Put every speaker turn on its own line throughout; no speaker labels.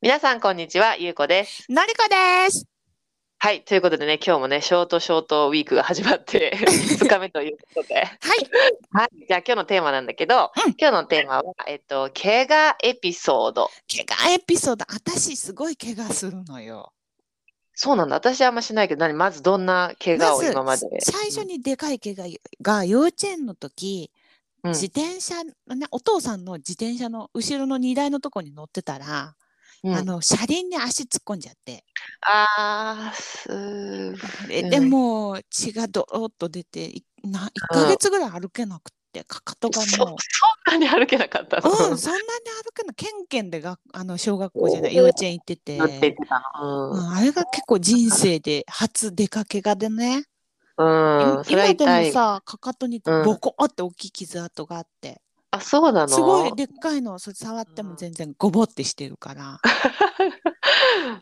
皆さん、こんにちは。ゆうこです。
のりこです。
はい。ということでね、今日もね、ショートショートウィークが始まって、2日目 ということで。
はい。
はい。じゃあ、今日のテーマなんだけど、
うん
今日のテーマは、えっと、怪我エピソード。
怪我エピソード、私すごい怪我するのよ。
そうなんだ。私はあんましないけど、何まずどんな怪我を今まで。
最初にでかい怪我が幼稚園の時、
うん、
自転車のね、お父さんの自転車の後ろの荷台のとこに乗ってたら、
うん
あの車輪に足突っ込んじゃって、
あー、す
で
うん
でもう血がドロッと出て、いな1
うん
ヶ月ぐらい歩けなくて、かかとが
そ
もう。
そんなに歩けなかったの、
うん、そんなに歩けない。ケンケンでがあの小学校じゃない、幼稚園行ってて。
乗っていってたの。
う
うん
ん、あれが結構人生で初出かけがでね、
うん。
い
それは
今で
痛
も
い。
さかかとに
うん
ボコって大きい傷跡があって、
あ、そうなの
すごいでっかいのそれ触っても全然ゴボってして るから、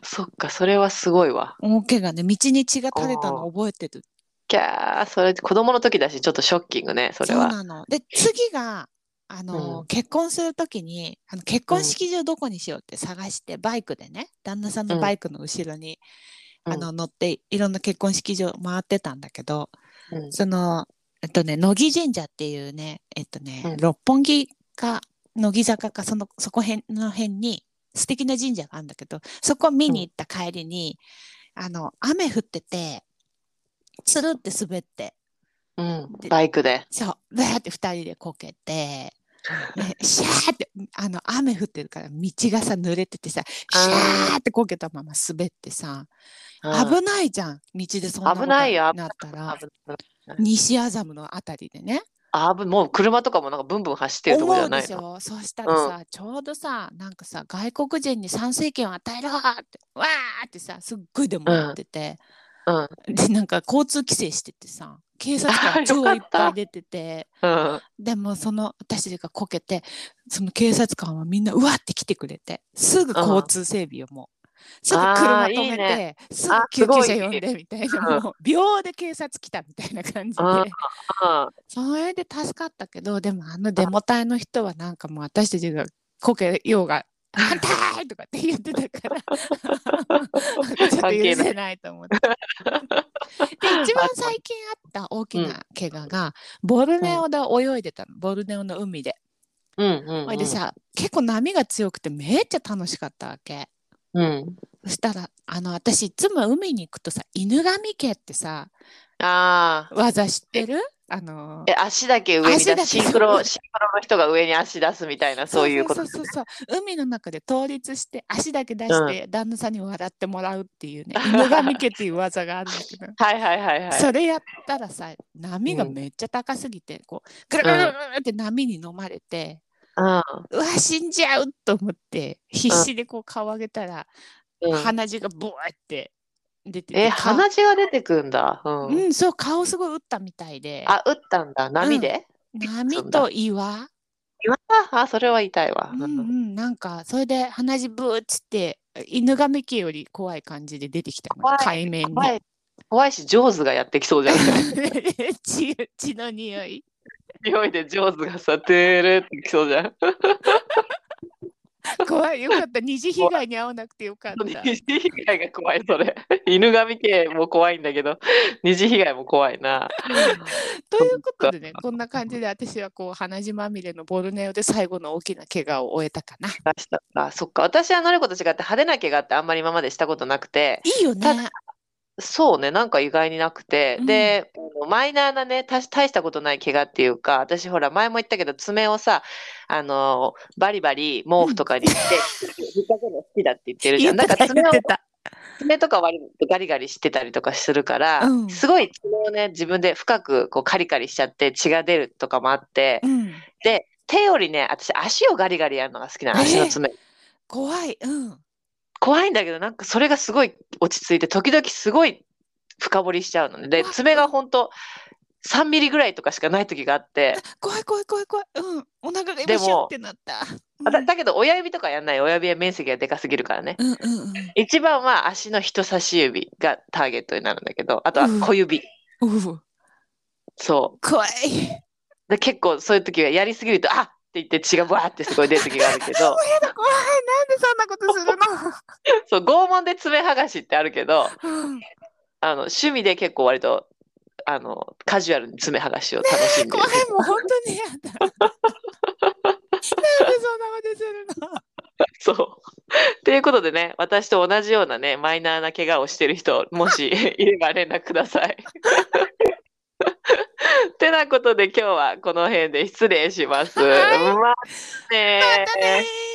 そっか、それはすごいわ。
大怪我ね道に血が垂れたの覚えてる
キャー、それ子供の時だし、ちょっとショッキングね、それ
そう
は。
なので次があの、
うん
結婚する時にあの結婚式場どこにしようって探してバイクでね旦那さんのバイクの後ろに、
うん
あの乗っていろんな結婚式場回ってたんだけど、
うん
その、えっとね、乃木神社っていうね、えっとね、
うん
六本木か、乃木坂か、その、そこ辺の辺に、素敵な神社があるんだけど、そこ見に行った帰りに、あの、雨降ってて、つるって滑って、
うん
で
バイクで。
そう、ブーって二人でこけて、ね シャーって、あの、雨降ってるから、道がさ、濡れててさ、シャーってこけたまま滑ってさ、
うん
危ないじゃん、道でそんなこと
危ない
に
よ
なったら、
危ない
西麻布のあたりでね、
あぶもう車とかもなんかブンブン走ってるとこじ
思
ゃ
う
な
で
い
し
の。
ょそうしたらさ、ちょうどさなんかさ外国人に参政権を与えろってわーってさすっごいでもやってて、
うん
でなんか交通規制しててさ警察
あ
官
ーよか
超
った
いっぱい出てて
うん。
でもその私がこけてその警察官はみんなうわって来てくれてすぐ交通整備をもう。すぐ車
あー
止
い
め
い
て
ね
すぐ
あ
救
すごい
急車呼んでみたいなもう秒で警察来たみたいな感じで
うんうん
それで助かったけど、でもあのデモ隊の人はなんかもう私たちがこけようが、反対とかって言ってたから、ちょっと許せないと思って。で、一番最近あった大きな怪我が、ボルネオで泳いでたの、ボルネオの海で。
うんうん
それでさ、結構波が強くてめっちゃ楽しかったわけ。
うん。
そしたら、あの、私いつも海に行くとさ、犬神家ってさ、
ああ。
技知ってるあの
え、足だけ上に出す。
足だけ
シンクロ、シンクロの人が上に足出すみたいな、そういうこと
そう。そうそうそう海の中で倒立して足だけ出して旦那さんに笑ってもらうっていうね、犬神家っていう技があるんだけど、
はいはいはい はい。
それやったらさ波がめっちゃ高すぎて、こうぐるぐるぐるぐるって波に飲まれて、うわ死んじゃうと思って必死でこう顔上げたら、
うんうん
鼻血がブワーって出てて
え、
顔
鼻血が出てくんだ。うん
う。ん、そう顔すごい打ったみたいで
あ、打ったんだ。波で、
波と岩
ああ、それは痛いわ。
うんうん、なんかそれで鼻血ブーっつって犬神家より怖い感じで出てきたの
怖い
海面に
怖い、怖いし、ジョーズがやってきそうじ ゃん。
血血の匂い
匂いでジョーズがさ、てーるってきそうじゃん。
怖いよかった二次被害に遭わなくてよかった
二次被害が怖い、それ。犬神系も怖いんだけど、二次被害も怖いな。
ということでねこんな感じで私はこう鼻血まみれのボルネオで最後の大きな怪我を終えたかな
あ、そっか。私はのりこと違って派手な怪我ってあんまり今までしたことなくて、
いいよ
た
ね
そうね、なんか意外になくて、
うん
で、あのマイナーなね、たし大したことない怪我っていうか、私ほら、前も言ったけど、爪をさ、あのーバリバリ毛布とかにして、引っ掛けるの好きだって言ってるじゃん。だから爪を
言ってた
爪とか割とガリガリしてたりとかするから、
うん
すごい爪をね、自分で深くこうカリカリしちゃって血が出るとかもあって、
うん
手よりね、私足をガリガリやるのが好きなの、
えー
足の爪。
怖いうん
怖いんだけど、なんかそれがすごい落ち着いて、時々すごい深掘りしちゃうのね。で、
うわ
爪がほんと3ミリぐらいとかしかない時があって、
怖い怖い怖い怖いうんお腹が
で
今
も
シュンってなった
あだだけど親指とかやんない。親指は面積がでかすぎるからね。
うんうんうん
一番は足の人差し指がターゲットになるんだけど、あとは小指。
うんうん
そう。
怖い
で結構そういう時はやり すぎると「あっ!」って言って血がわーってすごい出る時があるけど
怖いなんでそんなことするの
そう拷問で爪剥がしってあるけど
うん
あの趣味で結構割とあのカジュアルに爪剥がしを楽しんで
こ
る。
れもう本当にやだ。 なんでそんなことするの
そう。ということでね、私と同じようなね、マイナーな怪我をしてる人、もしいれば連絡ください。てなことで今日はこの辺で失礼します。
は
また
い
ねー
またねー